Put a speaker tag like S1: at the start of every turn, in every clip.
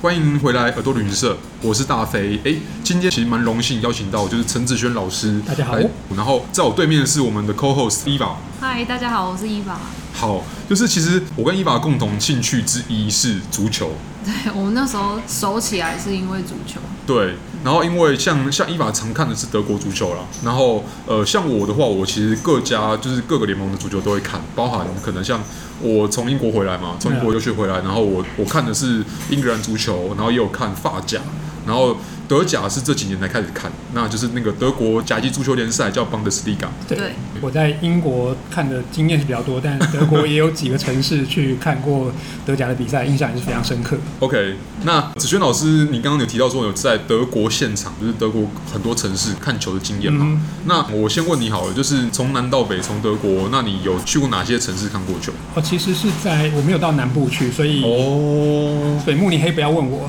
S1: 欢迎回来耳朵旅行社，我是大飞。哎，今天其实蛮荣幸邀请到就是陈子轩老师，
S2: 大家好
S1: 来。然后在我对面的是我们的 co-host Eva。
S3: 嗨，大家好，我是伊娃。
S1: 好，就是其实我跟伊娃共同兴趣之一是足球，
S3: 对 我们那时候熟起来是因为足球，
S1: 对。然后因为像像伊娃常看的是德国足球啦，然后呃像我的话，我其实各家就是各个联盟的足球都会看，包含可能像我从英国回来嘛，从英国留学回来，然后我我看的是英格兰足球，然后也有看法甲，然后德甲是这几年才开始看，那就是那个德国甲级足球联赛叫 Bundesliga。
S3: 对
S2: 我在英国看的经验是比较多，但德国也有几个城市去看过德甲的比赛，印象也是非常深刻。
S1: OK，那子轩老师，你刚刚有提到说有在德国现场，就是德国很多城市看球的经验嘛？
S2: 嗯
S1: 那我先问你好了，就是从南到北，从德国，那你有去过哪些城市看过球？
S2: 我哦其实是在我没有到南部去，所以
S1: 哦，
S2: 对慕尼黑不要问 我，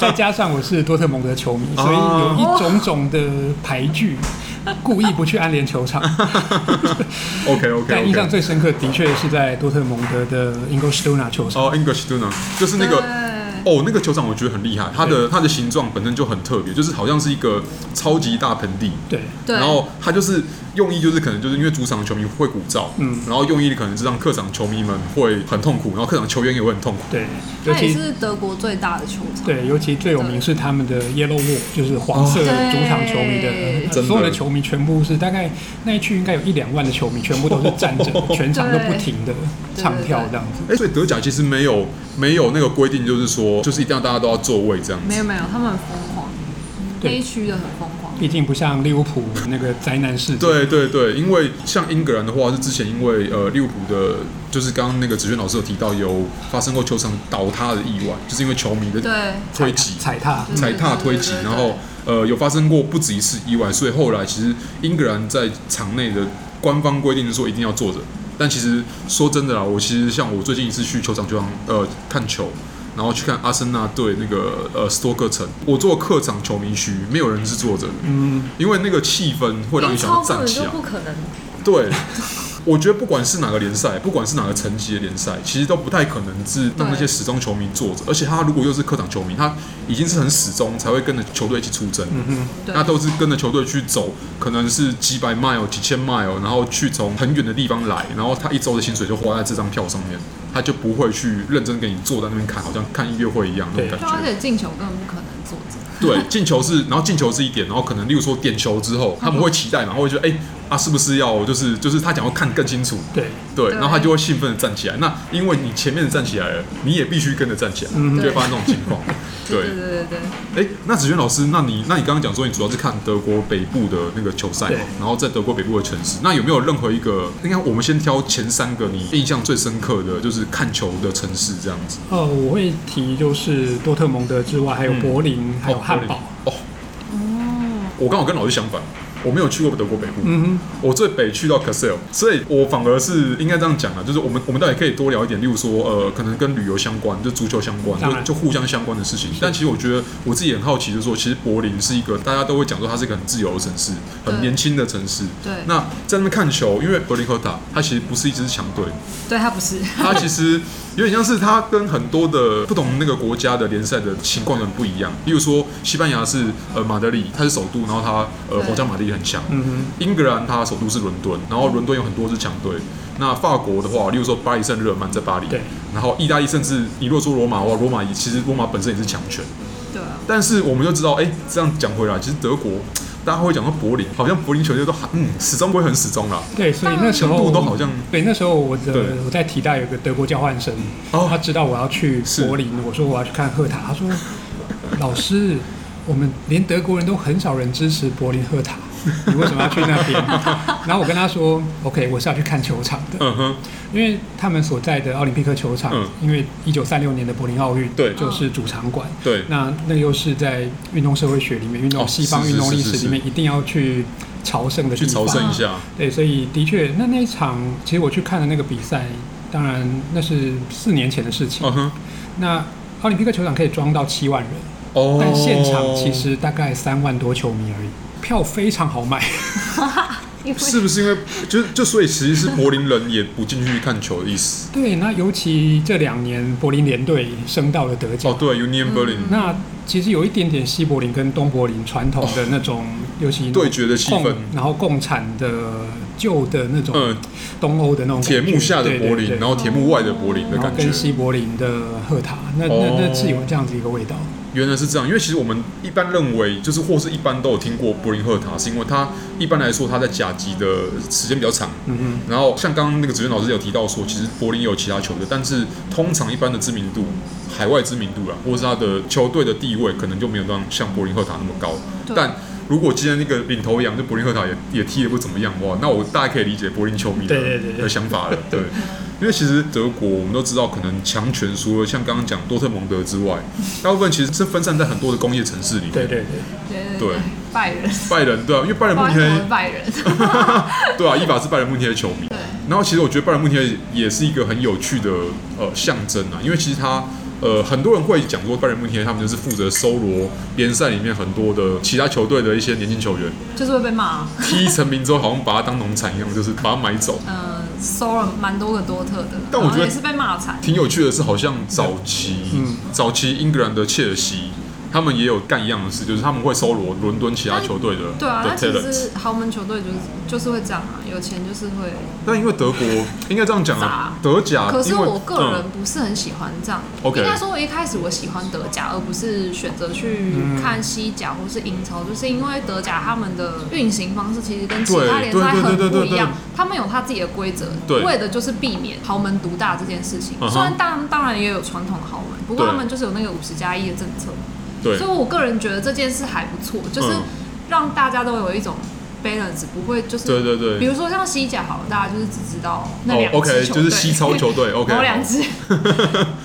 S2: 再 再加上我是多特蒙德的球迷，所以有一种种的排拒，故意不去安联 球场。
S1: OK OK
S2: 但印象
S1: OK。
S2: 最深刻的确是在多特蒙德的 Ingolstadt 球场。
S1: 哦、e n g l i s h d u n a 就是那个
S3: 对
S1: 哦，那个球场我觉得很厉害，它的它的形状本身就很特别，就是好像是一个超级大盆地，
S2: 对，
S3: 对，
S1: 然后它就是用意就是可能就是因为主场球迷会鼓噪，
S2: 嗯
S1: 然后用意可能是让客场球迷们会很痛苦，然后客场球员也会很痛苦。
S2: 对，尤
S3: 它也
S2: 其
S3: 是德国最大的球场。
S2: 对，尤其最有名是他们的 Yellow Wall，就是黄色
S3: 哦
S2: 主场球迷的，
S3: 对
S2: 呃
S1: 真的
S2: 所有的球迷全部是大概那一区应该有一两万的球迷，全部都是站 着，全场都不停的唱跳这样子。
S1: 哎、所以德甲其实没有没有那个规定，就是说就是一定要大家都要座位这样子。
S3: 没有没有，他们很疯狂，那
S2: 对
S3: 一区的很疯狂。
S2: 毕竟不像利物浦那个灾难事件。
S1: 对对对，因为像英格兰的话，是之前因为呃利物浦的，就是刚刚那个子轩老师有提到有发生过球场倒塌的意外，就是因为球迷的
S3: 对，
S2: 踩
S1: 推挤、
S2: 踩踏，
S3: 对
S1: 踩踏推挤
S3: 对，对对
S1: 然后呃有发生过不止一次意外，所以后来其实英格兰在场内的官方规定是说一定要坐着，但其实说真的啦，我其实像我最近一次去球场球场呃看球。然后去看阿森纳对那个呃斯托克城，我坐客场球迷区，没有人是坐着的，
S2: 嗯，
S1: 因为那个气氛会让你
S3: 英
S1: 想要
S3: 超根
S1: 站
S3: 本
S1: 起
S3: 就
S1: 来。
S3: 不可能，
S1: 对，我觉得不管是哪个联赛，不管是哪个层级的联赛，其实都不太可能是让那些始终球迷坐着。而且他如果又是客场球迷，他已经是很始终才会跟着球队一起出征，
S3: 对
S1: 那都是跟着球队去走，可能是几百 mile、几千 mile，然后去从很远的地方来，然后他一周的薪水就花在这张票上面，他就不会去认真给你坐在那边看，好像看音乐会一样那种
S2: 对
S1: 感
S3: 对而
S1: 觉。
S3: 且进球根本不可能坐着。
S1: 对，进球是，然后进球是一点，然后可能例如说点球之后，他们会期待嘛，会觉得哎、啊是不是要就是就是他想要看更清楚，
S2: 对，
S1: 对，
S3: 对
S1: 然后他就会兴奋的站起来。那因为你前面的站起来了，你也必须跟着站起来，
S2: 嗯
S1: 就会发生这种情况。
S3: 对
S1: 对，
S3: 对对对，
S1: 哎，那子轩老师，那你那你刚刚讲说你主要是看德国北部的那个球赛嘛
S2: 对，
S1: 然后在德国北部的城市，那有没有任何一个？应该我们先挑前三个你印象最深刻的就是看球的城市这样子。
S2: 呃，我会提就是多特蒙德之外，还有
S1: 嗯
S2: 柏林，还有
S1: 哦
S2: 汉堡。
S1: 哦，我刚好跟老师相反，我没有去过德国北部。
S2: 嗯
S1: 我最北去到 Kassel，所以我反而是应该这样讲啊，就是我们我们倒也可以多聊一点，例如说呃，可能跟旅游相关，就足球相关，
S2: 当然
S1: 就就互相相关的事情。但其实我觉得我自己也很好奇，就是说，其实柏林是一个大家都会讲说它是一个很自由的城市，很
S3: 对
S1: 年轻的城市。
S3: 对
S1: 那在那边看球，因为柏林赫塔它其实不是一支强队，
S3: 对他不是，
S1: 它其实有点像是它跟很多的不同那个国家的联赛的情况很不一样。例如说，西班牙是呃马德里，它是首都，然后它呃
S3: 对
S1: 皇家马德里很强。
S2: 嗯哼，
S1: 英格兰它首都是伦敦，然后伦敦有很多支强队。那法国的话，例如说巴黎圣日耳曼在巴黎，
S2: 对。
S1: 然后意大利甚至你若说罗马的话，罗马也其实罗马本身也是强权。
S3: 对啊，
S1: 但是我们就知道，哎，这样讲回来，其实德国大家会讲到柏林，好像柏林球队都很嗯始终不会很始终啦。
S2: 对，所以那时
S1: 程
S2: 候
S1: 度都好像
S2: 对，那时候我的
S1: 对
S2: 我在提到有个德国交换生，
S1: 哦
S2: 他知道我要去
S1: 是
S2: 柏林，我说我要去看赫塔，他说老师，我们连德国人都很少人支持柏林赫 塔，你为什么要去那边？然后我跟他说，OK，我是要去看球场的，
S1: 嗯哼，
S2: 因为他们所在的奥林匹克球场，
S1: 嗯
S2: 因为一九三六年的柏林奥运，
S1: 对
S2: 就是主场馆。
S1: 对，
S2: 那那又是在运动社会学里面，运
S1: 哦
S2: 动西方
S1: 是是
S2: 运动历
S1: 是是
S2: 史里面一定要去朝圣的地
S1: 去
S2: 方。
S1: 朝圣一下。
S2: 对，所以的确，那那一场，其实我去看的那个比赛，当然那是四年前的事情。
S1: 嗯哼，
S2: 那奥林匹克球场可以装到七万人，
S1: 哦，
S2: 但现场其实大概三万多球迷而已，票非常好卖。
S3: 因为
S1: 是不是因为就就所以其实是柏林人也不进去看球的意思？
S2: 对，那尤其这两年柏林联队升到了德甲，
S1: 哦，对，Union Berlin、
S2: 那其实有一点点西柏林跟东柏林传统的那种，尤其那种
S1: 对决的气
S2: 共
S1: 氛，
S2: 然后共产的旧的那种
S1: 嗯，
S2: 东欧的那种感觉
S1: 铁幕下的
S2: 对对
S1: 柏林，
S2: 对
S1: 然后铁幕外的柏林的
S2: 然后
S1: 感觉
S2: 跟。西柏林的赫塔，那
S1: 哦
S2: 那那是有这样子一个味道。
S1: 原来是这样，因为其实我们一般认为，就是或是一般都有听过柏林赫塔，是因为它一般来说它在甲级的时间比较长。
S2: 嗯
S1: 然后像刚刚那个子轩老师有提到说，其实柏林也有其他球队，但是通常一般的知名度、海外知名度啦，或是他的球队的地位，可能就没有让像柏林赫塔那么高。
S3: 对
S1: 但如果今天那个领头羊就柏林赫塔也也踢得不怎么样的话，那我大概可以理解柏林球迷的
S2: 对对对对
S1: 的想法了。对，因为其实德国我们都知道，可能强权除了像刚刚讲多特蒙德之外，大部分其实是分散在很多的工业城市里
S2: 哼，
S1: 面。
S2: 对对对，
S3: 对
S1: 对
S3: 拜仁，
S1: 拜仁对啊，因为拜仁慕
S3: 巴
S1: 尼
S3: 什
S1: 黑
S3: 么拜仁？
S1: 对啊，伊法是拜仁慕尼黑的球迷。
S3: 对
S1: 然后其实我觉得拜仁慕尼黑也是一个很有趣的呃象征啊，因为其实它呃很多人会讲说拜仁慕尼黑他们就是负责搜罗联赛里面很多的其他球队的一些年轻球员，
S3: 就是会被骂。啊
S1: 踢成名之后好像把它当农产一样，就是把它买走。
S3: 嗯，收了蛮多个多特的，
S1: 但我觉得
S3: 然后也是被骂惨。
S1: 挺有趣的是，好像早期、早期英格兰的切尔西，他们也有干一样的事，就是他们会搜罗伦敦其他球队的
S3: 对啊，
S1: 的
S3: 那其
S1: talent。
S3: 实豪门球队就是就是会这样啊，有钱就是会。
S1: 但因为德国应该这样讲啊，德甲，
S3: 可是
S1: 因为
S3: 我个
S1: 嗯
S3: 人不是很喜欢这样。
S1: OK
S3: 应该说，我一开始我喜欢德甲，而不是选择去看西甲或是英超，就是因为德甲他们的运行方式其实跟其他
S1: 对
S3: 联
S1: 对
S3: 赛
S1: 对
S3: 很
S1: 对对
S3: 不
S1: 对
S3: 一样，他们有他自己的规则，
S1: 对
S3: 为的就是避免豪门独大这件事情
S1: 嗯。哼
S3: 虽然当当然也有传统豪门，不过
S1: 对
S3: 他们就是有那个五十加一的政策，
S1: 对
S3: 所以我个人觉得这件事还不错，就是
S1: 嗯
S3: 让大家都有一种 balance，不会就是
S1: 对对对
S3: 比如说像西甲好了，大家就是只知道那
S1: 哦
S3: 两支
S1: ，OK，
S3: 球队、
S1: 就是西超球 队，OK，
S3: 某两 支，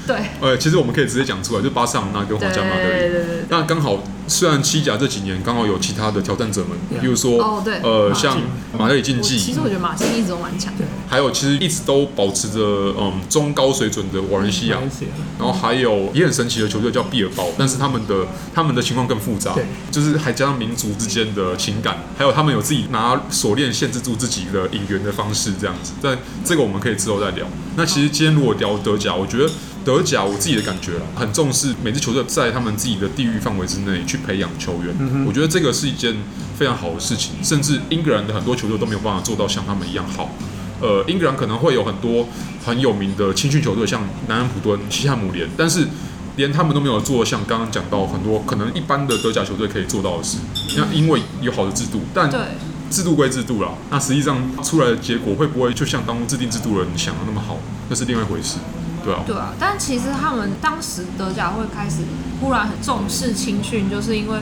S3: 对，
S1: 呃，其实我们可以直接讲出来，就巴塞罗那跟皇
S3: 对
S1: 家马德里
S3: 对。对
S1: 那刚好，虽然西甲这几年刚好有其他的挑战者们，
S2: Yeah
S1: 比如说，
S3: 哦对
S1: 呃，
S3: 马竞
S1: 像马德里
S3: 对。
S1: 竞
S3: 我
S1: 技，
S3: 其实我觉得马竞一直都蛮强的，
S1: 还有其实一直都保持着嗯中高水准的瓦伦西亚
S2: 马，来西亚
S1: 啊然后还有也很神奇的球队叫毕尔包，但是他们的他们的情况更复杂
S2: 对，
S1: 就是还加上民族之间的情感，还有他们有自己拿锁链限制住自己的引援的方式这样子。但这个我们可以之后再聊。那其实今天如果聊德甲，我觉得德甲我自己的感觉啦，很重视每支球队在他们自己的地域范围之内去培养球员，我觉得这个是一件非常好的事情，甚至英格兰的很多球队都没有办法做到像他们一样好。呃，英格兰可能会有很多很有名的青训球队，像南安普敦、西汉姆联，但是连他们都没有做像刚刚讲到很多可能一般的德甲球队可以做到的事。那因为有好的制度，但
S3: 对，
S1: 制度归制度啦，那实际上出来的结果会不会就像当初制定制度的人想的那么好，那是另外一回事，对啊。
S3: 对啊。但其实他们当时德甲会开始忽然很重视青训，就是因为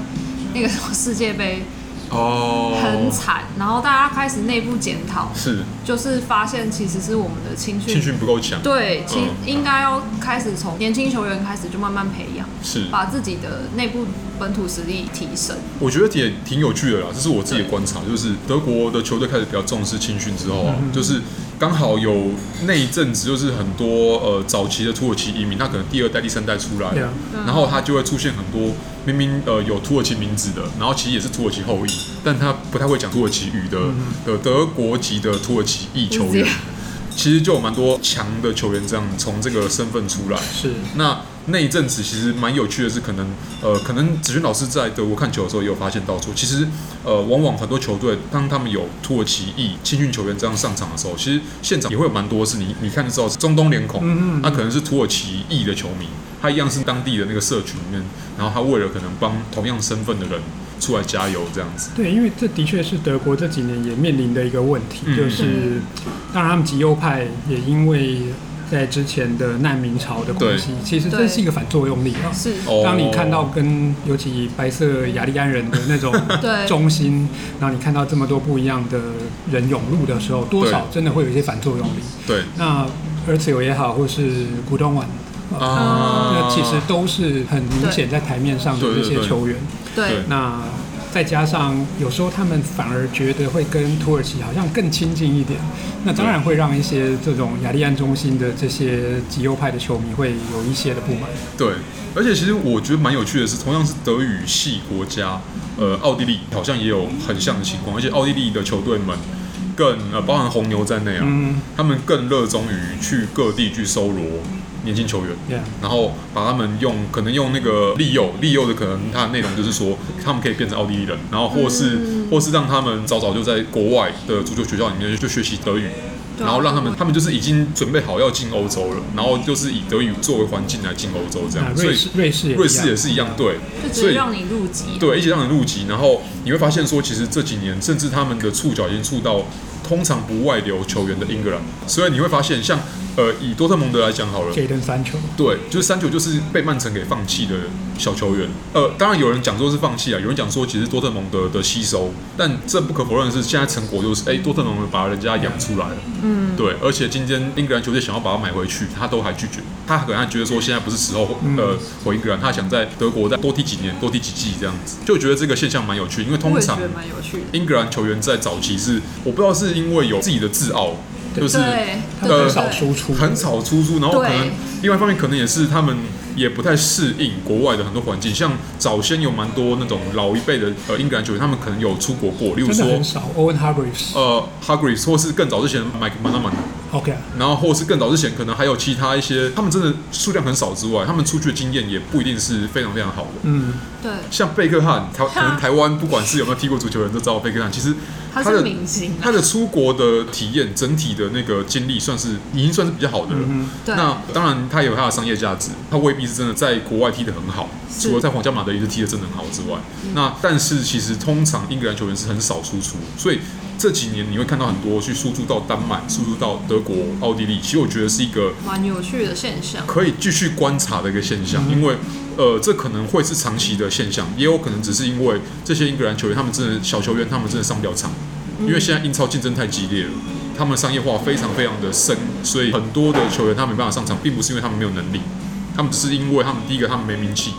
S3: 那个时候世界杯
S1: 哦
S3: 很惨，然后大家开始内部检讨，
S1: 是
S3: 就是发现其实是我们的青
S1: 青
S3: 训。
S1: 训不够强，
S3: 对，其实应该要开始从年轻球员开始就慢慢培养，
S1: 是。
S3: 把自己的内部本土实力提升。
S1: 我觉得也挺有趣的啦，这是我自己的观察，就是德国的球队开始比较重视青训之后啊，就是刚好有那一阵子，就是很多呃早期的土耳其移民，他可能第二代、第三代出来
S2: Yeah
S1: 然后他就会出现很多明明呃有土耳其名字的，然后其实也是土耳其后裔，但他不太会讲土耳其语的的德国籍的土耳其裔球
S3: 是这
S1: 员
S3: 样，
S1: 其实就有蛮多强的球员这样从这个身份出来。
S2: 是
S1: 那那一阵子其实蛮有趣的是，可能呃，可能子轩老师在德国看球的时候也有发现到说，其实呃，往往很多球队当他们有土耳其裔青训球员这样上场的时候，其实现场也会有蛮多是你你看就知道是中东脸孔，
S2: 嗯嗯嗯
S1: 他可能是土耳其裔的球迷，他一样是当地的那个社群里面，然后他为了可能帮同样身份的人出来加油这样子，
S2: 对，因为这的确是德国这几年也面临的一个问题，
S1: 嗯
S2: 就是当然他们极右派也因为在之前的难民潮的关系，其实这
S3: 对
S2: 是一个反作用力啊。
S3: 是，
S1: 哦
S2: 当你看到跟尤其白色雅利安人的 那种
S3: 对
S2: 中心，然后你看到这么多不一样的人涌入的时候，多
S1: 对
S2: 少真的会有一些反作用力。
S1: 对
S2: 那二次游也好，或是古东晚，
S1: 啊，
S2: 那其实都是很明显在台面上的
S1: 对
S2: 这
S1: 对
S2: 些
S1: 对
S2: 球员。
S1: 对
S3: 对，
S2: 那再加上有时候他们反而觉得会跟土耳其好像更亲近一点，那当然会让一些这种雅利安中心的这些极右派的球迷会有一些的不满。
S1: 对，而且其实我觉得蛮有趣的是，同样是德语系国家，呃，奥地利好像也有很像的情况，而且奥地利的球队们更呃，包含红牛在内啊，
S2: 嗯
S1: 他们更热衷于去各地去搜罗年轻球员，
S2: ，Yeah，
S1: 然后把他们用可能用那个利诱，利诱的可能它的内容就是说他们可以变成奥地利人，然后或是、
S3: 嗯
S1: 或是让他们早早就在国外的足球学校里面就学习德语。
S3: 对啊
S1: 然后让他们，他们就是已经准备好要进欧洲了，然后就是以德语作为环境来进欧洲这
S2: 那
S1: 样，所
S2: 瑞
S1: 以
S2: 士瑞士
S1: 瑞士也是一样，，对，
S3: 就只
S1: 所
S3: 是
S1: 以
S3: 让你入籍。
S1: 对，一起让你入籍，然后你会发现说，其实这几年甚至他们的触角已经触到通常不外流球员的英格兰，所以你会发现像呃以多特蒙德来讲好了，
S2: 这一顿三球，
S1: 对，就是三九就是被曼城给放弃的小球员。呃，当然有人讲说是放弃啊，有人讲说其实多特蒙德的吸收，但这不可否认的是现在成果就是，哎、多特蒙德把人家养出来了，嗯，对，而且今天英格兰球队想要把他买回去，他都还拒绝，他可能还觉得说现在不是时候，
S3: 嗯
S1: 呃，回英格兰，他想在德国再多踢几年，多踢几季这样子，就觉得这个现象蛮有趣，因为
S3: 我
S1: 通
S3: 也觉
S1: 常
S3: 得蛮有趣的。
S1: 英格兰球员在早期是，我不知道是因为有自己的自傲，就是
S3: 对，
S2: 他
S3: 对
S2: 们
S1: 呃
S2: 很
S3: 对
S2: 少
S3: 对
S2: 输出，
S1: 很少出租，然后可能
S3: 对
S1: 另外一方面可能也是他们也不太适应国外的很多环境，像早先有蛮多那种老一辈的呃英格兰球员，他们可能有出国过，例如
S2: 真的
S1: 说
S2: 很少。Owen Hargreaves，OK，、
S1: 呃 Hargreaves 或是更早之前 Mike m a n a m a n 然后或是更早之前可能还有其他一些，他们真的数量很少之外，他们出去的经验也不一定是非常非常好的。
S2: 嗯，
S3: 对，
S1: 像贝克汉，他可能台湾不管是有没有踢过足球的人都知道贝克汉，其实
S3: 他
S1: 的
S3: 是明星啊
S1: 他。的出国的体验，整体的那个经历算是已经算是比较好的了。
S2: 嗯
S3: 对
S1: 那当然，他有他的商业价值，他未必是真的在国外踢得很好，
S3: 是嗯
S1: 除了在皇家马德里是踢得真的很好之外，那但是其实通常英格兰球员是很少输出，所以这几年你会看到很多去输出到丹麦、输出到德国、奥地利，其实我觉得是一个
S3: 蛮有趣的现象，
S1: 可以继续观察的一个现象，因为呃，这可能会是长期的现象，也有可能只是因为这些英格兰球员，他们真的小球员，他们真的上不了场，因为现在英超竞争太激烈了，他们商业化非常非常的深，所以很多的球员他没办法上场，并不是因为他们没有能力，他们只是因为他们第一个他们没名气，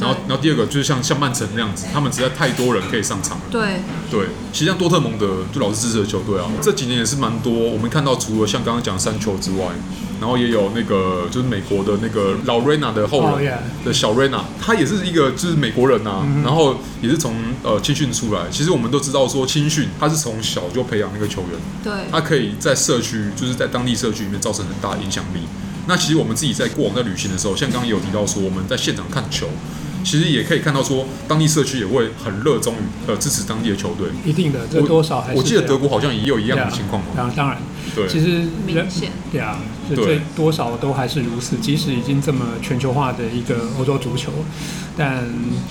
S1: 然后然后第二个就是像像曼城那样子，他们实在太多人可以上场了。
S3: 对，
S1: 对，其实像多特蒙德就老是支持的球队啊，这几年也是蛮多。我们看到除了像刚刚讲三球之外，然后也有那个就是美国的那个老瑞娜的后
S2: Oh,
S1: 人
S2: yeah.
S1: 的小瑞娜，他也是一个就是美国人啊，然后也是从呃青训出来。其实我们都知道说青训他是从小就培养那个球员，
S3: 对，
S1: 它可以在社区，就是在当地社区里面造成很大的影响力。那其实我们自己在过往在旅行的时候，像刚刚也有提到说，我们在现场看球，其实也可以看到说，当地社区也会很热衷于呃支持当地的球队。
S2: 一定的，这多少还是
S1: 我记得德国
S2: 国
S1: 好像也有一样的情况嘛。
S2: 当当然，
S1: 对，
S2: 其实
S3: 明显
S2: 对啊，这
S1: 对
S2: 这多少都还是如此。即使已经这么全球化的一个欧洲足球，但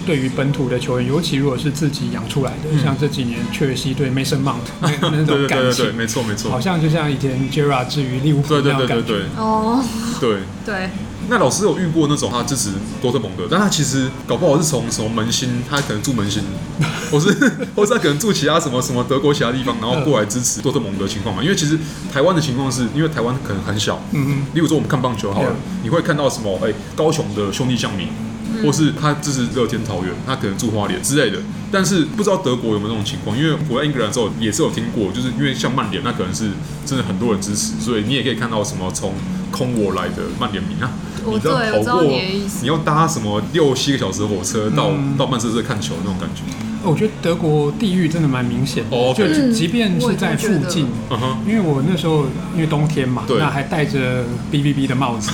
S2: 对于本土的球员，尤其如果是自己养出来的，像这几年切尔西对 Mason Mount 那
S1: 对
S2: 那
S1: 嗯对
S2: 种
S1: 对
S2: 感
S1: 对对，
S2: 情，
S1: 没错没
S2: 好
S1: 错，
S2: 像就像以前 Gerrard 至于利物浦
S1: 对
S2: 那
S1: 对
S2: 样
S1: 对
S2: 的
S1: 对
S2: 感
S1: 对
S2: 觉。
S3: 哦，
S1: 对。
S3: 对，
S1: 那老师有遇过那种他支持多特蒙德，但他其实搞不好是从什么门兴，他可能住门 兴，或是或是他可能住其他什么什么德国其他地方，然后过来支持多特蒙德的情况嘛？因为其实台湾的情况是因为台湾可能很小，
S2: 嗯
S1: 例如说我们看棒球好了
S2: 嗯，
S1: 你会看到什么？哎、高雄的兄弟象迷，
S3: 嗯
S1: 或是他支持乐天桃园，他可能住花莲之类的。但是不知道德国有没有这种情况？因为我在英格兰的时候也是有听过，就是因为像曼联，那可能是真的很多人支持，所以你也可以看到什么从空我来的曼联迷啊。
S3: 我
S1: 你知道
S3: 对我知
S1: 跑
S3: 道
S1: 过，
S3: 你的意思
S1: 你要搭什么六七个小时的火车到、
S2: 嗯
S1: 到曼彻斯特看球那种感觉。
S2: 嗯，我觉得德国地域真的蛮明显
S1: 哦
S2: 的，
S1: ，OK
S2: 就即便
S3: 嗯
S2: 是
S3: 我也这
S2: 在
S3: 么
S2: 附
S3: 觉得
S2: 近，
S1: 嗯哼，
S2: 因为我那时候因为冬天嘛，
S1: 对
S2: 那还戴着 B B B 的帽子，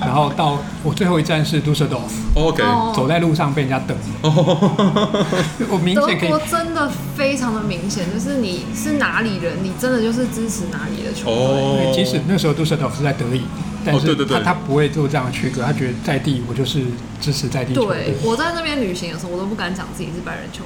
S2: 然后到我最后一站是杜塞尔多夫，
S1: 哦，OK，
S3: 哦
S2: 走在路上被人家等，
S1: 哦
S2: 我明
S3: 德
S2: 显可以
S3: 国真的非常的明显，就是你是哪里人，你真的就是支持哪里的球队。
S1: 哦
S2: 对，，即使那时候杜塞尔多夫是在德乙，但
S1: 对
S2: 是
S1: 对对
S2: 他他不会做这样的区隔，他觉得在地我就是支持在地球
S3: 对
S2: 队。，
S3: 我在那边旅行的时候，我都不敢讲自己是白人球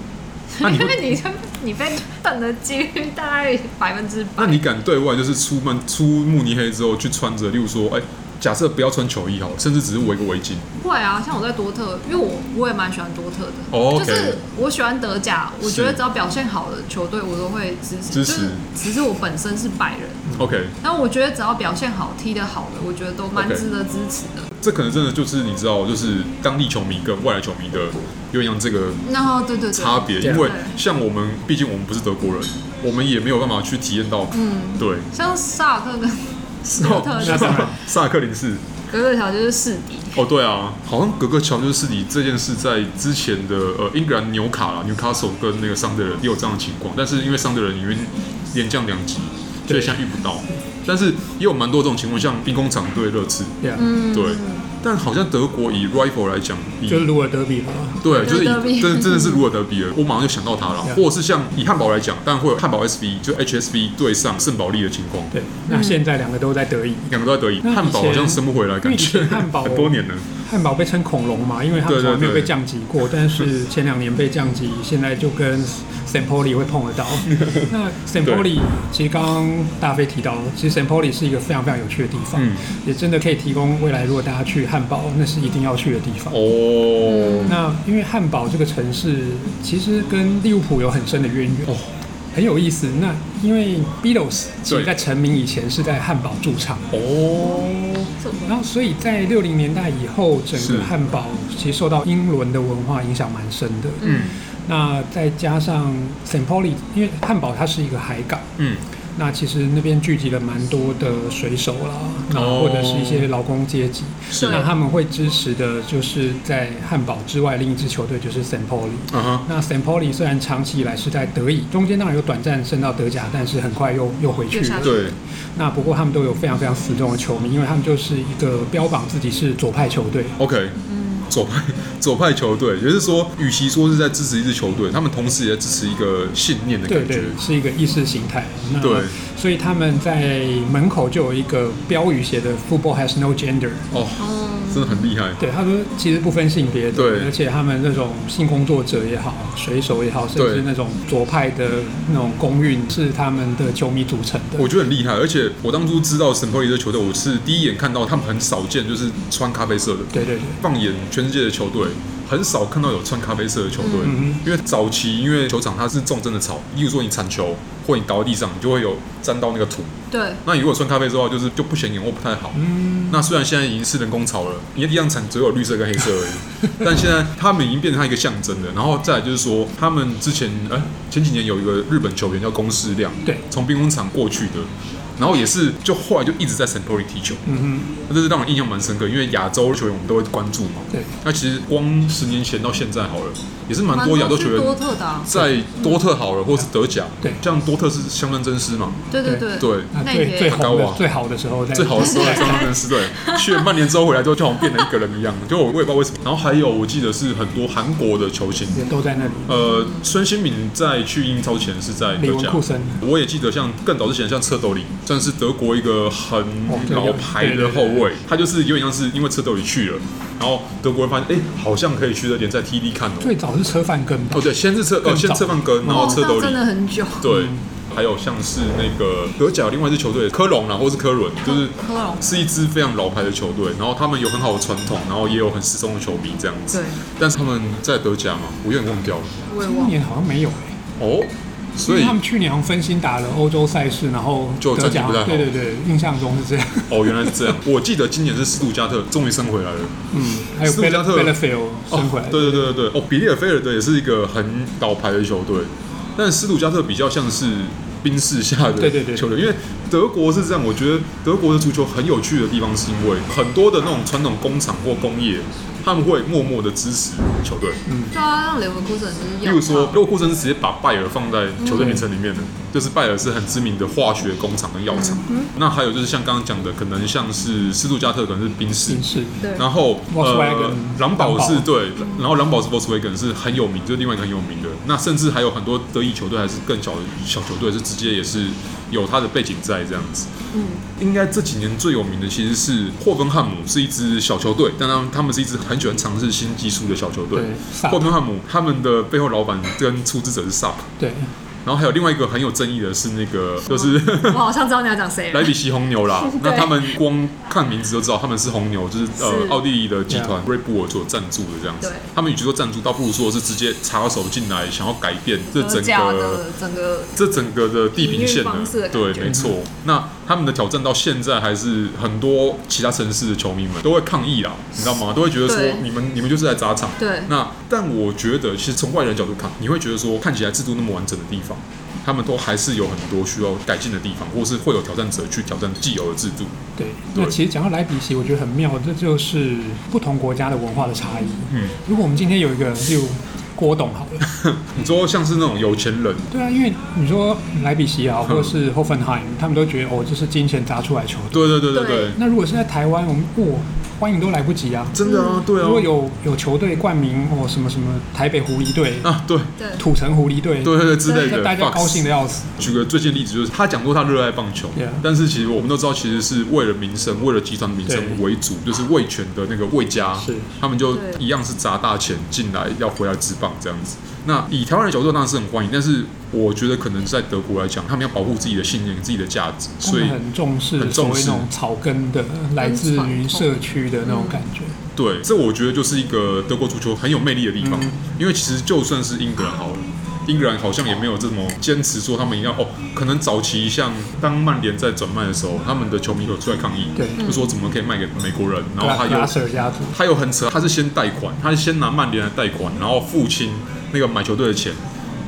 S1: 那
S3: 迷，
S1: 你
S3: 因
S1: 会
S3: 为你你被等的几率大概百分之
S1: 那
S3: 百。
S1: 你敢对外就是出门出慕尼黑之后去穿着，例如说，哎、假设不要穿球衣好了，甚至只是围个围巾，
S3: 会啊，像我在多特，因为我我也蛮喜欢多特的，
S1: 哦，OK
S3: 就是我喜欢德甲，我觉得
S1: 是
S3: 只要表现好的球队，我都会支持。
S1: 支持
S3: 就是只是我本身是白人，
S1: OK，
S3: 但我觉得只要表现好、踢得好的，我觉得都蛮
S1: OK
S3: 值得支持的。
S1: 这可能真的就是你知道，就是当地球迷跟外来球迷的有点像这个
S3: 然后对对对，
S1: 差别，
S2: 对
S1: 因为
S3: 对
S1: 像我们，毕竟我们不是德国人，我们也没有办法去体验到，嗯，对，
S3: 像萨尔克跟斯特特就
S2: 那
S3: 是
S2: 当然
S1: 萨克林是，
S3: 格格乔就是世敌，
S1: 哦，对啊，好像格格乔就是世敌这件事，在之前的呃英格兰纽卡啦、纽卡索跟那个桑德人也有这样的情况，但是因为桑德人因为连降两级，所以现在遇不到。但是也有蛮多这种情况，像兵工厂对热刺，
S2: 对啊，
S3: 嗯，
S1: 对但好像德国以 rifle 来讲，以
S2: 就是鲁尔德比嘛，
S1: 对，啊就是
S3: 德比
S1: 以真真的是鲁尔德比尔，我马上就想到他了。
S2: Yeah
S1: 或者是像以汉堡来讲，当然会有汉堡 SV 就 HSV 对上圣保利的情况，
S2: 对。
S3: 嗯
S2: 那现在两个都在德乙，
S1: 两个都在德乙。
S2: 那以前
S1: 汉堡好像升不回来，
S2: 因为
S1: 感
S2: 以前
S1: 觉
S2: 汉 堡
S1: 很多年了。
S2: 汉堡被称恐龙嘛，因为他们
S1: 对对
S2: 从来没有
S1: 对
S2: 被降级过，但是前两年被降级，现在就跟 Sampoli 会碰得 到。那 Sampoli 其实刚刚大飞提到，其实 Sampoli 是一个非常非常有趣的地方，
S1: 嗯
S2: 也真的可以提供未来如果大家去汉堡，那是一定要去的地方。
S1: 哦，
S2: 那因为汉堡这个城市其实跟利物浦有很深的渊源，
S1: 哦
S2: 很有意思。那因为 Beatles 其实
S1: 对
S2: 在成名以前是在汉堡驻唱，
S1: 哦，
S3: 怎
S2: 然
S3: 么
S2: 后所以在六零年代以后，整
S1: 是
S2: 个汉堡其实受到英伦的文化影响蛮深的。
S1: 嗯
S2: 那再加上 s a n t p o l i 因为汉堡它是一个海港，
S1: 嗯，
S2: 那其实那边聚集了蛮多的水手啦，然后或者是一些劳工阶级。
S1: 哦是
S2: 那
S1: 啊
S2: 他们会支持的就是在汉堡之外另一支球队就是 s a n t p o l i
S1: 啊哈，
S2: 那 s a n t p o l i 虽然长期以来是在德乙，中间当然有短暂升到德甲，但是很快又又回去
S3: 又下
S2: 了
S3: 去。
S1: 对，
S2: 那不过他们都有非常非常死忠的球迷，因为他们就是一个标榜自己是左派球队。
S1: OK，左
S2: 嗯
S1: 派 左派球队，也就是说，与其说是在支持一支球队，他们同时也在支持一个信念的
S2: 对
S1: 感觉
S2: 对。，是一个意识形态。那
S1: 对，
S2: 所以他们在门口就有一个标语写的 “Football has no gender”。
S1: 哦，真的很厉害。
S2: 对，他说其实不分性别的，
S1: 对
S2: 而且他们那种性工作者也好，水手也好，甚
S1: 对
S2: 至那种左派的那种公运是他们的球迷组成的
S1: 我。觉得很厉害，而且我当初知道圣托里这球队，我是第一眼看到他们很少见，就是穿咖啡色的。
S2: 对对对，
S1: 放眼全世界的球队，很少看到有穿咖啡色的球队，
S2: 嗯
S1: 因为早期因为球场它是种真的草，例如说你铲球或你倒在地上，你就会有沾到那个土。
S3: 对，
S1: 那你如果穿咖啡色的话，就是就不显眼或不太好。
S2: 嗯
S1: 那虽然现在已经是人工草了，你的地上产只有绿色跟黑色而 已，但现在他们已经变成它一个象征了。然后再来就是说，他们之前哎、前几年有一个日本球员叫宫世亮，
S2: 对
S1: 从兵工厂过去的，然后也是就后来就一直在 s a n t o r i 踢球，
S2: 嗯
S1: 那这是让我印象蛮深刻，因为亚洲球员我们都会关注嘛
S2: 哼，。对。
S1: 那其实光十年前到现在好了，也是蛮多亚洲球
S3: 是多
S1: 员
S3: 特的啊，
S1: 在多特好了，或是德甲，
S2: 对
S1: 像多特是香川真司嘛，
S3: 对对
S2: 对
S3: 对，
S1: 对，
S2: 那
S3: 那
S2: 最
S3: 也
S2: 最红
S1: 高
S2: 的
S1: 啊
S2: 最好的时候在
S1: 最好的时候在上真司对，去了半年之后回来之后，就好像变了一个人一样，就我我也不知道为什么。然后还有我记得是很多韩国的球星，
S2: 也都在那里。
S1: 呃，孙兴敏在去英超前是在
S2: 李
S1: 德
S2: 文
S1: 甲
S2: 库。森，
S1: 我也记得，像更早之前，像车斗里，算是德国一个很
S2: 这个
S1: 老牌的后
S2: 哦对对
S1: 卫，他就是有点像是因为车斗里去了，然后德国人发现，哎，好像可以去这联赛踢踢看哦。
S2: 最早是车范根吧
S1: 哦，？对，先是车
S2: 更
S1: 呃，先
S2: 早
S1: 车范根，然后
S3: 哦，
S1: 车斗
S3: 那
S1: 里
S3: 真，的很久。
S1: 对，还有像是那个德甲另外一支球队科隆啦，啊或是科伦，就是
S3: 哦科隆
S1: 是一支非常老牌的球队，然后他们有很好的传统，然后也有很失踪的球迷这样子。
S3: 对，
S1: 但是他们在德甲嘛，我有点忘掉了
S3: 我也
S2: 今
S3: 忘了。
S2: 年好像没有欸
S1: 哦，
S2: 因
S1: 所
S2: 为
S1: 以
S2: 他们去年好像分心打了欧洲赛事，然后
S1: 就
S2: 德
S1: 战绩
S2: 甲
S1: 不太好
S2: 对对对，印象中是 这样。
S1: 哦原来是这样。我记得今年是斯图加特终于升回来了，
S2: 嗯，还有
S1: 斯图加特
S2: b e l f i e l
S1: 哦
S2: 升回来，
S1: 对对对对对，哦，比利尔菲尔德也是一个很老牌的球队，但斯图加特比较像是冰室下的
S2: 对对对
S1: 球队，因为德国是这样，我觉得德国的足球很有趣的地方是因为很多的那种传统工厂或工业，他们会默默的支持球队，
S2: 嗯
S3: 对啊，让雷文库森就是
S1: 例
S3: 要。
S1: 如说，洛库森是直接把拜耳放在球
S2: 嗯
S1: 队名称里面的，就是拜耳是很知名的化学工厂跟药厂。
S2: 嗯
S1: 那还有就是像刚刚讲的，可能像是斯图加特，可能是宾士
S2: 形，式。
S3: 对，
S1: 然后呃
S2: Volkswagen，
S1: 狼堡是
S2: 狼堡
S1: 对，然后狼堡是 Volkswagen 是很有名，就是另外一个很有名的。那甚至还有很多德裔球队，还是更小的小球队，是直接也是有它的背景在这样子。
S3: 嗯，
S1: 应该这几年最有名的其实是霍芬汉姆，是一支小球队，但他们他们是一支很喜欢尝试新技术的小球队
S2: 对。
S1: 霍
S2: SAP
S1: 芬汉姆他们的背后老板跟出资者是 SAP，
S2: 对，
S1: 然后还有另外一个很有争议的是那个就是
S3: 我好像知道你要讲谁
S1: 莱
S3: 了。。
S1: 比锡红牛啦那
S3: 对
S1: 他们光看名字就知道他们是红牛，就是呃
S3: 是
S1: 奥地利的集团瑞布尔所赞助的这样子
S3: 对。
S1: 他们与其说赞助，倒不如说是直接插手进来，想要改变这
S3: 德
S1: 整
S3: 甲
S1: 个
S3: 的整个
S1: 这整个的地平线
S3: 营运方式的感
S1: 对，
S3: 觉
S1: 没错。那他们的挑战到现在还是很多其他城市的球迷们都会抗议啦，你知道吗？都会觉得说
S3: 对
S1: 你们你们就是在砸场。
S3: 对
S1: 那但我觉得，其实从外人角度看，你会觉得说，看起来制度那么完整的地方，他们都还是有很多需要改进的地方，或是会有挑战者去挑战既有的制度。
S2: 对，那
S1: 对
S2: 其实讲到莱比锡，我觉得很妙，这就是不同国家的文化的差异。
S1: 嗯，
S2: 如果我们今天有一个，例如郭董好 了。
S1: 你说像是那种有钱人，
S2: 对啊，因为你说莱比锡
S1: 嗯
S2: 啊，或者是 Hoffenheim，他们都觉得哦，这是金钱砸出来球队。
S1: 对对对对
S3: 对
S1: 对，
S2: 那如果是在台湾，我们哇，欢迎都来不及啊。
S1: 真的啊，对
S2: 如果
S1: 啊，
S2: 有有球队冠名哦，什么什么台北狐狸队、
S1: 啊对
S3: 对，
S2: 土城狐狸队，
S1: 对对对之类
S2: 那
S1: 的，
S2: 大家高兴的要死。
S1: 举个最近的例子，就是他讲过他热爱棒球
S2: Yeah
S1: 但是其实我们都知道，其实是为了民生、为了集团民生
S2: 对
S1: 为主，就是魏权的那个魏家，
S2: 是
S1: 他们就
S3: 对
S1: 一样是砸大钱进来，要回来治棒这样子。那以台湾的角度当然是很欢迎，但是我觉得可能在德国来讲，他们要保护自己的信念、自己的价值，
S2: 他
S1: 所以
S2: 们很重视
S1: 很
S2: 所
S1: 重
S2: 谓
S1: 视
S2: 那种草根的，来自于社区的那种感觉。
S1: 对，这我觉得就是一个德国足球很有魅力的地方，
S2: 嗯
S1: 因为其实就算是英格兰好了。英格兰好像也没有这么坚持说他们一定要哦，可能早期像当曼联在转卖的时候，他们的球迷有出来抗议，
S2: 对啊
S1: 就说怎么可以卖给美国人，然后他
S2: 拉
S1: 又
S2: 拉舍家族，
S1: 他有很扯，他是先贷款，他是先拿曼联的贷款，然后付清那个买球队的钱，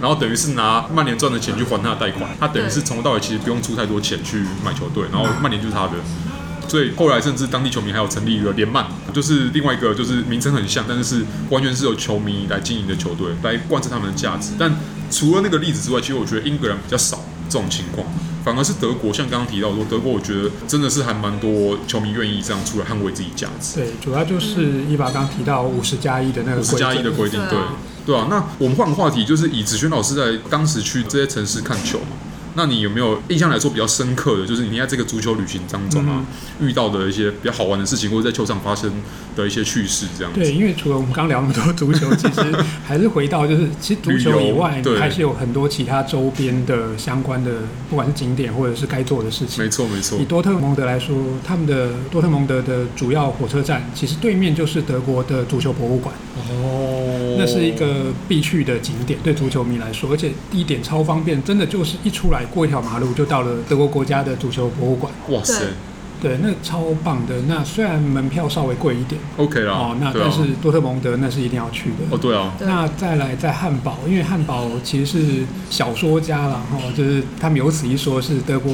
S1: 然后等于是拿曼联赚的钱去还他的贷款，他等于是从头到尾其实不用出太多钱去买球队，然后曼联就是他的。所以后来甚至当地球迷还有成立一个联曼，就是另外一个就是名称很像，但是是完全是由球迷来经营的球队，来贯彻他们的价值。但除了那个例子之外，其实我觉得英格兰比较少这种情况，反而是德国，像刚刚提到说德国，我觉得真的是还蛮多球迷愿意这样出来捍卫自己价值。
S2: 对，主要就是伊爸刚提到五十加一的那个
S1: 五十
S2: 规
S1: 加一的
S2: 则，
S1: 规定，对
S3: 对啊
S1: 对啊。那我们换个话题，就是以子轩老师在当时去这些城市看球嘛，那你有没有印象来说比较深刻的，就是你在这个足球旅行当中啊、
S2: 嗯
S1: 遇到的一些比较好玩的事情，或者在球场发生的一些趣事这样子？
S2: 对，因为除了我们刚聊那么多 足球，其实还是回到就是，其实足球以
S1: 旅
S2: 外
S1: 游，对
S2: 还是有很多其他周边的相关的，不管是景点或者是该做的事情
S1: 没。错没错
S2: 以，多特蒙德来说，他们的多特蒙德的主要火车站，其实对面就是德国的足球博物馆，
S1: 哦
S2: 那是一个必去的景点，对足球迷来说，而且地点超方便，真的就是一出来过一条马路就到了德国国家的足球博物馆，
S1: 哦哇塞
S3: 对
S2: 对，那超棒的。那虽然门票稍微贵一点
S1: ，OK 啦，
S2: 哦，那
S1: 对啊
S2: 但，是多特蒙德那是一定要去的
S1: 哦。对啊，
S3: 对
S2: 那再来在汉堡，因为汉堡其实是小说家啦，哦，就是他们有此一说，是德国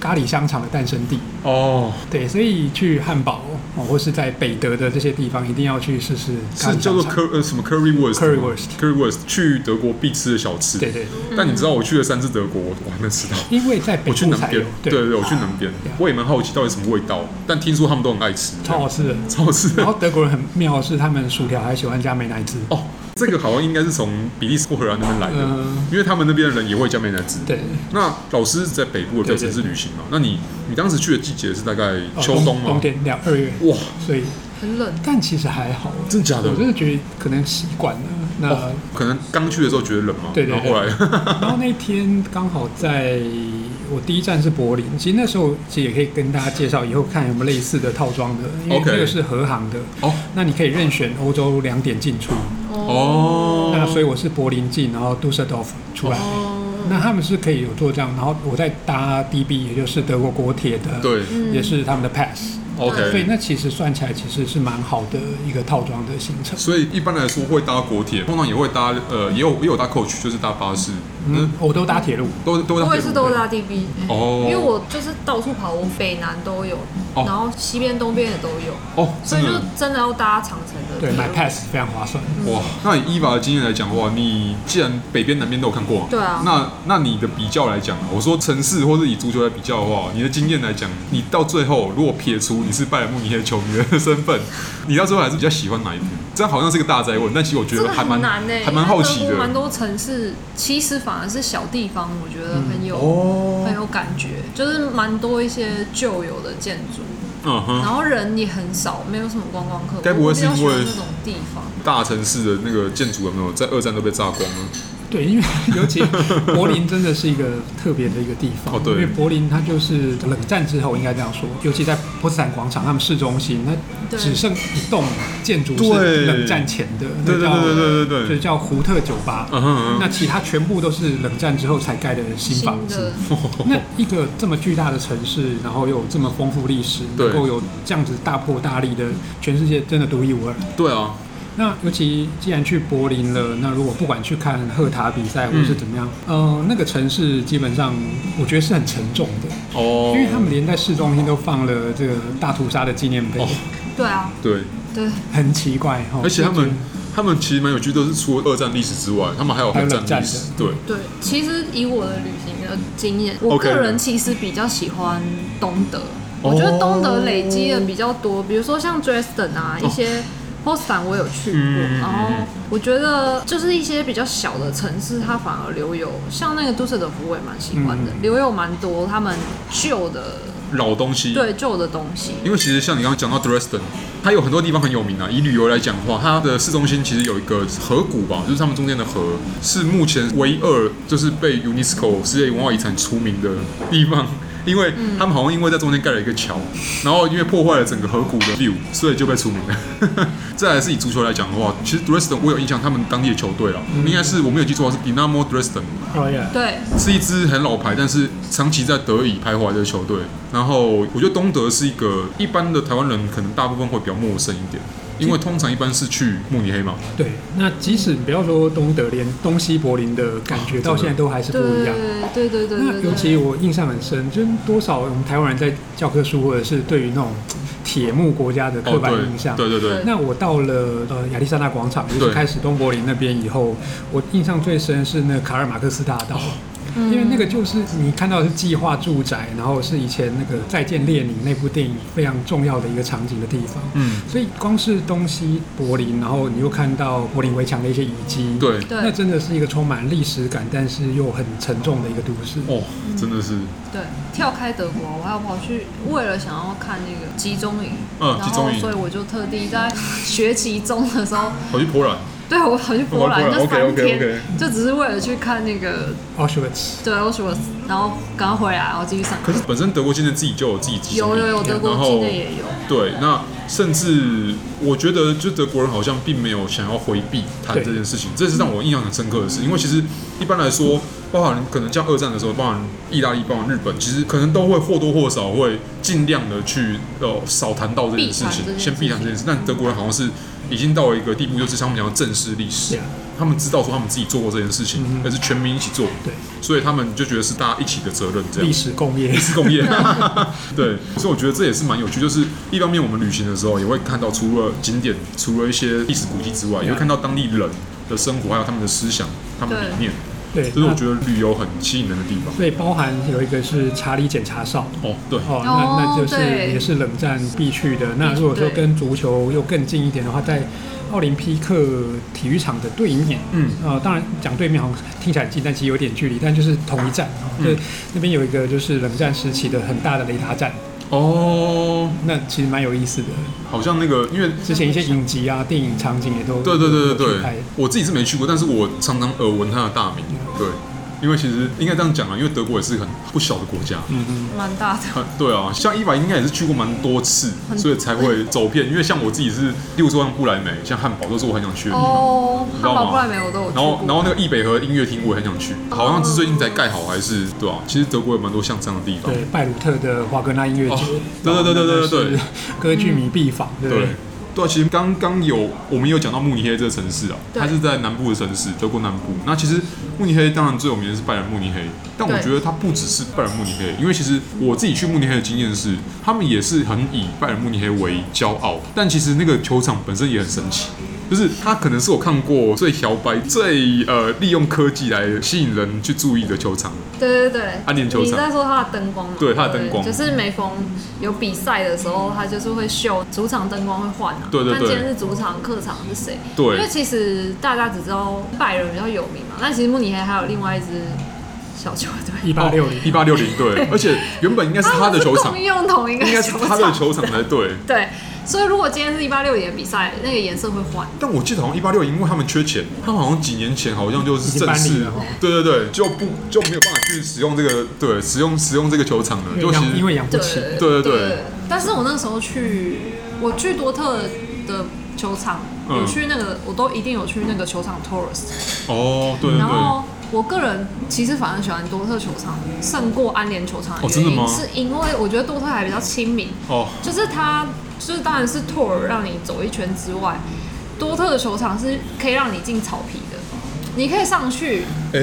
S2: 咖喱香肠的诞生地。
S1: 哦
S2: 对，所以去汉堡哦，或是在北德的这些地方，一定要去试试咖
S1: 是叫
S2: 喱香
S1: 做
S2: 肠。
S1: cur 呃什么 currywurst
S2: Currywurst
S1: currywurst 去德国必吃的小吃，
S2: 对对，对
S1: 但你知道我去了三次德国，我我还没吃到。
S2: 因为在北
S1: 我去
S2: 部
S1: 南
S2: 才
S1: 边
S2: 有，，
S1: 对对，我去南边
S2: 对啊，
S1: 我也蛮好奇到底什么味道，但听说他们都很爱吃，
S2: 超好吃的。
S1: 超好吃
S2: 然
S1: 的
S2: 后德国人很妙的是，他们薯条还喜欢加美乃滋。
S1: 哦。这个好像应该是从比利时或荷兰那边来的，
S2: 嗯，
S1: 因为他们那边的人也会加美乃滋。
S2: 对，
S1: 那老师在北部的比较城市旅行嘛，那你你当时去的季节是大概
S2: 哦
S1: 秋冬
S2: 冬
S1: 吗？
S2: 天两二月，
S1: 哇，
S2: 所以
S3: 很冷，
S2: 但其实还好，
S1: 真的假的
S2: 我？真的觉得可能习惯了。那、
S1: 哦，可能刚去的时候觉得冷嘛，
S2: 对对
S1: 然后后来
S2: 然后那一天刚好在我第一站是柏林，其实那时候其实也可以跟大家介绍，以后看有没有类似的套装的，因为
S1: OK
S2: 那个是和航的。
S1: 哦
S2: 那你可以任选欧洲两点进出，
S1: 哦，
S2: 那所以我是柏林进，然后杜塞多夫出来。
S3: 哦，
S2: 那他们是可以有做这样，然后我再搭 DB，也就是德国国铁的，，
S1: 对嗯
S3: 嗯
S2: 也是他们的 Pass，所以
S1: ，OK。
S2: 那其实算起来其实是蛮好的一个套装的行程。
S1: 所以一般来说会搭国铁，通常也会搭呃，也有也有搭 coach，就是搭巴士，嗯
S2: 嗯，，我都搭铁路，
S1: 都都搭
S3: 我
S1: 铁
S3: 也
S1: 路
S3: 是都拉 DB，
S1: 哦
S3: 因为我就是到处跑，我北南都有，
S1: 哦
S3: 然后西边、东边也都有，
S1: 哦，
S3: 所以
S1: 真
S3: 就
S1: 的
S3: 真的要搭长城的。
S2: 对，买 Pass 非常划算。
S3: 嗯
S1: 哇，那以伊娃的经验来讲的话，你既然北边、南边都有看过，
S3: 对啊
S1: 那那你的比较来讲啊，我说城市或是以足球来比较的话，你的经验来讲，你到最后如果撇除你是拜仁慕尼黑球迷的身 份，你到最后还是比较喜欢哪一边？这样好像是个大灾问，但其实我觉
S3: 这
S1: 得
S3: 个
S1: 还
S3: 很
S1: 蛮
S3: 难呢、
S1: 还蛮好奇
S3: 因为德国蛮
S1: 的。
S3: 多城市其实反而是小地方，我觉得很有、很
S1: 哦，
S3: 有感觉，就是蛮多一些旧有的建筑，
S1: 嗯哼，
S3: 然后人也很少，没有什么观光客。
S1: 该不会是因为
S3: 我比较喜欢那种地方？
S1: 大城市的那个建筑有没有在二战都被炸光了？
S2: 对，因为尤其柏林真的是一个特别的一个地方。
S1: 哦对
S2: 因为柏林它就是冷战之后，应该这样说，尤其在波茨坦广场，他们市中心，那
S3: 对
S2: 只剩一栋建筑
S1: 对
S2: 是冷战前的，
S1: 对
S2: 那
S1: 对
S2: 叫
S1: 对对对
S2: 就
S1: 对
S2: 是
S1: 对，
S2: 叫胡特酒吧。
S1: 嗯哼嗯
S2: 那其他全部都是冷战之后才盖的新房
S3: 新
S2: 子
S3: 的。，
S1: 哼，
S2: 那一个这么巨大的城市，然后有这么丰富历史，
S1: 对
S2: 能够有这样子大破大立的，全世界真的独一无二。
S1: 对啊，
S2: 那尤其既然去柏林了，那如果不管去看赫塔比赛或
S1: 嗯
S2: 是怎么样，呃，那个城市基本上我觉得是很沉重的，
S1: 哦，
S2: 因为他们连在市中心都放了这个大屠杀的纪念碑，
S1: 哦
S3: 对啊，
S1: 对。
S3: 对，
S2: 很奇怪哈。哦
S1: 而且他
S2: 就觉
S1: 们
S2: 得，
S1: 他们其实蛮有趣，都是除了二战历史之外，他们还有
S2: 还有
S1: 冷
S2: 冷
S1: 战历
S2: 战
S1: 史
S2: 的。
S1: 对，
S3: 对，其实以我的旅行的经验，我
S1: OK
S3: 个人其实比较喜欢东德。
S1: 哦
S3: 我觉得东德累积的比较多，比如说像 Dresden 啊，一些 Potsdam 我有去过，
S1: 哦嗯
S3: 然后我觉得就是一些比较小的城市，它反而留有像那个都市德福我也蛮喜欢的，
S2: 嗯
S3: 留有蛮多他们旧的
S1: 老东西。
S3: 对旧的东西。
S1: 因为其实像你刚刚讲到 Dresden，它有很多地方很有名啊。以旅游来讲的话，它的市中心其实有一个河谷吧，就是他们中间的河，是目前唯二就是被 UNESCO 世界文化遗产除名的地方。 因为他们好像因为在中间盖了一个桥，然后因为破坏了整个河谷的 view，所以就被除名了。 再来是以足球来讲的话，其实 Dresden 我有印象，他们当地的球队了，应该是我没有记错是 Dinamo Dresden。
S2: 哦耶，
S3: 对，
S1: 是一支很老牌，但是长期在德乙徘徊的球队。然后我觉得东德是一个一般的台湾人可能大部分会比较陌生一点，因为通常一般是去慕尼黑嘛。
S2: 对。那即使不要说东德，连东西柏林的感
S1: 哦
S2: 觉到现在都还是不
S3: 对
S2: 一样。
S3: 对对对对
S2: 那
S3: 对，
S2: 尤其我印象很深，就是多少我们台湾人在教科书或者是对于那种铁幕国家的刻
S1: 哦，
S2: 板印象。
S1: 对对对对，
S2: 那我到了呃亚历山大广场，就是
S1: 对
S2: 开始东柏林那边以后，我印象最深是那个卡尔马克思大道。
S1: 哦
S2: 因为那个就是你看到的是计划住宅，然后是以前那个《再见列宁》那部电影非常重要的一个场景的地方，
S1: 嗯，
S2: 所以光是东西柏林，然后你又看到柏林围墙的一些遗迹，，
S1: 对，
S3: 对
S2: 那真的是一个充满历史感，但是又很沉重的一个都市。
S1: 哦，真的是，
S3: 对，跳开德国，我还有跑去为了想要看那个集中营，
S1: 嗯
S3: 然
S1: 集中
S3: 后
S1: 营
S3: 所以我就特地在学期中的时 候，
S1: 跑去波兰，
S3: 对我跑去波兰
S1: 哦
S3: 就三
S1: ，OK，OK，OK
S3: 天，就只是为了去看那个
S1: 哦
S2: Auschwitz，
S3: 对 a u s 然后赶快回来，然后继续上课。
S1: 可是本身德国境内自己就有自己集中
S3: 有
S1: 营
S3: 有有，德国
S1: 然
S3: 境
S1: 后
S3: 内也有，
S1: 对，那甚至我觉得，就德国人好像并没有想要回避谈这件事情，这是让我印象很深刻的事。因为其实一般来说，包含可能像二战的时候，包含意大利、包含日本，其实可能都会或多或少会尽量的去呃少谈到这件事情
S3: 避谈这件事，情
S1: 先避谈这件事。但德国人好像是已经到了一个地步，就是他们想要正视历史
S2: Yeah，
S1: 他们知道说他们自己做过这件事情，
S3: 嗯
S1: 而是全民一起做，
S2: 对，
S1: 所以他们就觉得是大家一起的责任这样
S2: 历。史工业。
S1: 是工业， 对，所以我觉得这也是蛮有趣。就是一方面我们旅行的时候也会看到，除了景点，除了一些历史古迹之外，也会看到当地人的生活，还有他们的思想、他们的理念，
S2: 对，
S1: 这是我
S2: 那
S1: 觉得旅游很吸引人的地方。
S2: 所以包含有一个是查理检查哨。
S1: 哦，对，
S2: 哦，那
S3: 哦
S2: 那就是
S3: 对嗯
S2: 也是冷战必去的。那如果说
S3: 对
S2: 跟足球又更近一点的话，在奥林匹克体育场的对面，
S1: 嗯，
S2: 呃，当然讲对面好像听起来很近，但其实有点距离，但就是同一站啊。
S1: 嗯
S2: 对，那边有一个就是冷战时期的很大的雷达站，
S1: 哦，
S2: 那其实蛮有意思的。
S1: 好像那个，因为
S2: 之前一些影集
S3: 嗯
S2: 啊、电影场景也都
S1: 对对对对
S2: 有
S1: 对
S2: 去拍，
S1: 我自己是没去过，但是我常常耳闻它的大名。对，因为其实应该这样讲啊，因为德国也是很不小的国家，
S2: 嗯嗯，
S3: 蛮大的。
S1: 啊对啊，像伊娃应该也是去过蛮多次，
S3: 很
S1: 所以才会走遍。因为像我自己是，例如说像布莱梅、像汉堡都是我很想去的地方。嗯
S3: 哦，
S1: 你知
S3: 汉
S1: 道
S3: 堡、
S1: 吗
S3: 布莱梅我都有去
S1: 然后
S3: 过，。
S1: 然后那个易北河音乐厅我也很想去，好像是最近才盖好，还是对啊？其实德国有蛮多像这样的地方。
S2: 对，拜鲁特的华格纳音乐节
S1: 哦，对对对对对对对
S2: 然后那是歌剧迷必访，对不对
S1: 对？对啊，其实刚刚有我们也有讲到慕尼黑这个城市啊，
S3: 对
S1: 它是在南部的城市，德国南部。那其实慕尼黑当然最有名的是拜仁慕尼黑，但我
S3: 对
S1: 觉得它不只是拜仁慕尼黑，因为其实我自己去慕尼黑的经验是，他们也是很以拜仁慕尼黑为骄傲，但其实那个球场本身也很神奇。就是它可能是我看过最摇摆、最呃利用科技来吸引人去注意的球场。
S3: 对对对，
S1: 安联球场
S3: 你在说它的灯光吗？
S1: 对它的灯光
S3: 就是每逢有比赛的时候，它就是会秀主场灯光会换啊。
S1: 对对对
S3: 看今天是主场，客场是谁？
S1: 对
S3: 因为其实大家只知道拜仁比较有名嘛，但其实慕尼黑还有另外一支小球队，
S2: 一八六零
S1: 一八六零对，而且原本应该是他
S3: 们
S1: 的
S3: 是
S1: 球 场
S3: 共，用同一个
S1: 应该是
S3: 球
S1: 他的球场才对。
S3: 对，所以如果今天是一八六年的比赛，那个颜色会换。
S1: 但我记得好像一八六，因为他们缺钱，他们好像几年前好像就是正
S2: 已经搬离
S1: 式
S2: 了哦，
S1: 对对对，就不就没有办法去使用这个，对，使用使用这个球场了，
S2: 因
S1: 就
S2: 为
S1: 其
S2: 养因
S1: 实
S2: 为养不
S3: 对
S2: 起，
S1: 对对对
S3: 但是我那时候去，我去多特的球场，
S1: 嗯
S3: 有去那个，我都一定有去那个球场 Taurus。
S1: 哦，对对
S3: 然
S1: 对，
S3: 后我个人其实反而喜欢多特球场胜过安联球场
S1: 哦
S3: 原
S1: 真的
S3: 因，
S1: 吗
S3: 是因为我觉得多特还比较亲民，
S1: 哦，
S3: 就是它就是当然是 Tour 让你走一圈之外，多特的球场是可以让你进草皮的。你可以上去，
S1: 哎、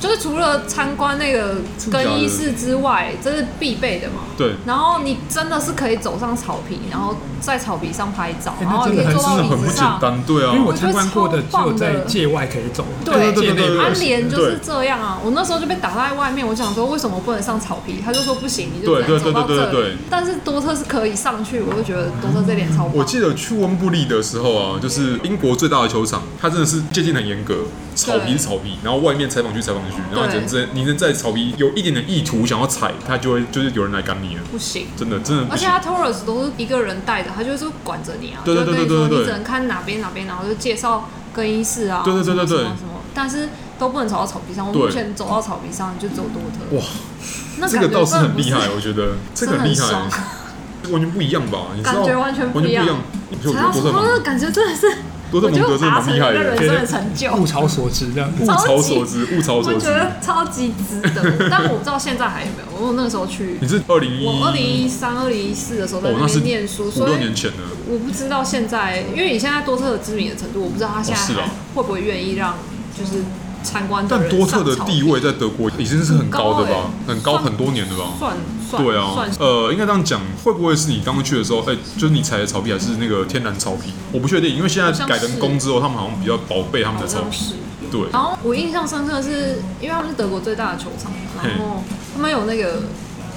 S3: 就是除了参观那个
S1: 真的假的
S3: 更衣室之外，这是必备的嘛。
S1: 对，
S3: 然后你真的是可以走上草皮，然后在草皮上拍照，
S2: 那
S3: 然后
S2: 真
S3: 也
S2: 的
S3: 可以
S1: 真
S3: 坐到
S1: 的很
S3: 椅
S1: 不
S3: 子
S1: 简
S3: 上。
S1: 单，对啊
S2: 因为，我参观过的只有在界外可以走，
S3: 对
S2: 界内
S1: 对
S3: 安
S2: 不行。
S3: 联就是这样啊！我那时候就被打在外面，我想说为什么不能上草皮？他就说不行，你就
S1: 对
S3: 只能走到
S1: 对对对对
S3: 这
S1: 对
S3: 里。但是多特是可以上去，我就觉得多特这点超棒。
S1: 我记得去温布利的时候啊，
S3: 嗯
S1: 就是英国最大的球场，它真的是界限很严格，草皮是草皮，然后外面采访区采访区，然后你能在你能在草皮有一点点意图想要踩，它就会就是有人来赶你了，
S3: 不行。
S1: 真的真的不
S3: 而且
S1: 行。
S3: 他 Taurus 都是一个人带的，他就是管着你啊，
S1: 对对对
S3: 就跟你
S1: 对
S3: 说
S1: 对对
S3: 你只能看哪边哪边，然后就介绍更衣室啊，
S1: 对对对对对
S3: 什么什么什么，但是都不能走到草皮上。我
S1: 对
S3: 目前走到草皮上就只有多特，
S1: 哇，
S3: 那
S1: 这
S3: 感
S1: 个
S3: 觉
S1: 倒是
S3: 真的
S1: 很
S3: 不
S1: 厉害，我觉得这个很厉害欸
S3: 真的很爽，
S1: 完全不一样吧？你知道
S3: 感觉完全
S1: 不
S3: 不
S1: 一
S3: 一样
S1: 样。你不觉得
S3: 才
S1: 多特
S3: 说哦那
S1: 蒙
S3: 感觉真的是，
S1: 多特
S3: 我
S1: 蒙
S3: 就
S1: 德真的
S3: 达
S1: 蛮
S3: 成
S1: 厉害
S3: 了一个人
S1: 的，
S3: 生的成就，
S2: 物超所值的，
S1: 物
S3: 超级
S1: 超所值， 物超所
S3: 我
S1: 值
S3: 觉。得超级值 得。但我不知道现在还有没有，我那个时候去，
S1: 你是二零一，
S3: 我二零一三、二零一四的时候在
S1: 哦，
S3: 那
S1: 那是
S3: 边念书，
S1: 五
S3: 所
S1: 六
S3: 以
S1: 年前了。
S3: 我不知道现在，因为你现在多特的知名的程度，我不知道他现
S1: 哦是
S3: 在
S1: 啊
S3: 还会不会愿意让就是参观的
S1: 但
S3: 人
S1: 多特的
S3: 上草
S1: 地位在德国已经是很高的吧，
S3: 很高
S1: 很
S3: 欸
S1: 高
S3: 算
S1: 很多年的吧。
S3: 算算
S1: 对啊
S3: 算，
S1: 呃，应该这样讲，会不会是你当初去的时候，哎、就是你踩的草皮还是那个天然草皮？我不确定，因为现
S3: 好
S1: 在
S3: 像
S1: 改人工
S3: 是
S1: 之后，他们好像比较宝贝他们
S3: 好
S1: 的草
S3: 像
S1: 皮。
S3: 是。
S1: 对，
S3: 然后我印象深刻的是，因为他们是德国最大的球场，然后他们有那个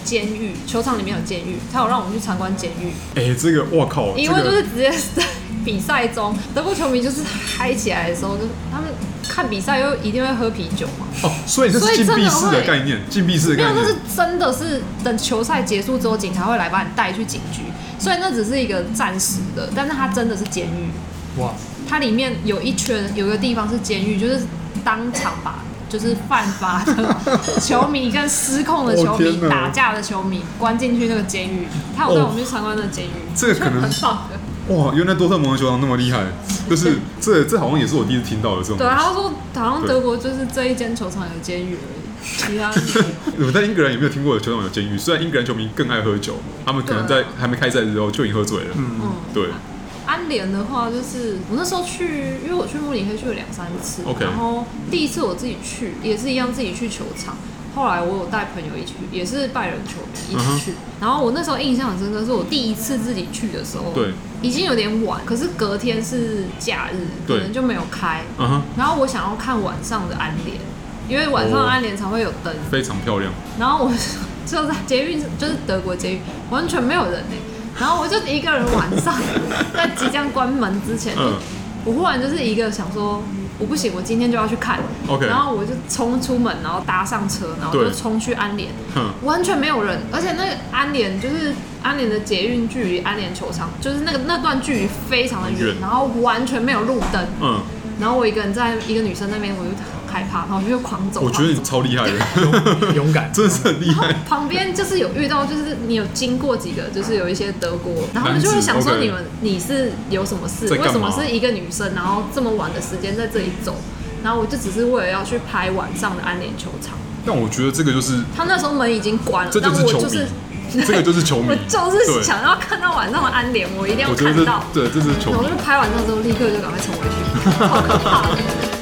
S3: 监狱，球场里面有监狱，他有让我们去参观监狱，
S1: 哎、这个哇靠，这
S3: 因为
S1: 个
S3: 就是直接在比赛中，德国球迷就是嗨起来的时候，就他们看比赛又一定会喝啤酒嘛，
S1: 哦，所以这
S3: 所
S1: 是
S3: 以
S1: 禁
S3: 真的
S1: 闭式的
S3: 会
S1: 概念，禁闭式的
S3: 没
S1: 概
S3: 有，那
S1: 念
S3: 是。真的是等球赛结束之后，警察会来把你带去警局，所以那只是一个暂时的，但是它真的是监狱，
S2: 哇，
S3: 它里面有一圈有一个地方是监狱，就是当场把就是犯法的球迷跟失控的球
S1: 哦
S3: 迷
S1: 天、哪
S3: 打架的球迷关进去那个监狱，他有带我们去参观那个监狱，
S1: 这个可能
S3: 很棒的。
S1: 哇，原来多特蒙德球场那么厉害，就是这这好像也是我第一次听到的这种
S3: 对，啊
S1: 东
S3: 他说好像德国就是这一间球场有监狱而已，其 他没有。
S1: 西。我在英格兰也没有听过有球场有监狱，虽然英格兰球迷更爱喝酒，他们可能在
S3: 对啊
S1: 还没开赛的时候就已经喝醉了。
S2: 嗯，
S3: 嗯，
S1: 对，
S3: 安联的话，就是我那时候去，因为我去慕尼黑去了两三次
S1: OK
S3: 然后第一次我自己去也是一样自己去球场，后来我有带朋友一起去，也是拜仁球迷一
S1: 嗯哼
S3: 起去。然后我那时候印象很深刻，是我第一次自己去的时候，
S1: 对，
S3: 已经有点晚，可是隔天是假日，
S1: 对
S3: 可能就没有开。
S1: 嗯哼，
S3: 然后我想要看晚上的安联，因为晚上
S1: 哦
S3: 安联才会有灯。
S1: 非常漂亮。
S3: 然后我就在捷运，就是德国捷运，完全没有人哎、然后我就一个人晚上在即将关门之前，
S1: 嗯
S3: 我忽然就是一个想说，我不行，我今天就要去看。
S1: ，OK，
S3: 然后我就冲出门，然后搭上车，然后
S1: 对
S3: 就冲去安联，
S1: 哼，
S3: 完全没有人，而且那个安联就是安联的捷运距离安联球场，就是那个那段距离非常的
S1: 很
S3: 远
S1: 远，
S3: 然后完全没有路灯，
S1: 嗯，
S3: 然后我一个人在一个女生那边，我就很害怕，然后我就狂走。
S1: 我觉得
S3: 狂
S1: 你
S3: 走
S1: 超厉害
S3: 啊
S1: 的，
S2: 勇敢，
S1: 真的是很厉
S3: 然后
S1: 害。
S3: 旁边就是有遇到，就是你有经过几个，就是有一些德国，然后
S1: 男
S3: 你
S1: 子
S3: 就会想说
S1: OK
S3: 你们你是有什么事？
S1: 在干嘛
S3: 为什么是一个女生，然后这么晚的时间在这里走？然后我就只是为了要去拍晚上的安联球场，
S1: 但我觉得这个就是
S3: 他那时候门已经关了，
S1: 这就
S3: 但
S1: 是
S3: 我
S1: 球迷
S3: 就是，
S1: 这个就是球迷，
S3: 我就是
S1: 对
S3: 想要看到晚上的安联，我一定要
S1: 我觉得
S3: 看到。
S1: 这对，这是球
S3: 然后
S1: 迷
S3: 就。拍完照之后，立刻就赶快冲回去，好可怕的。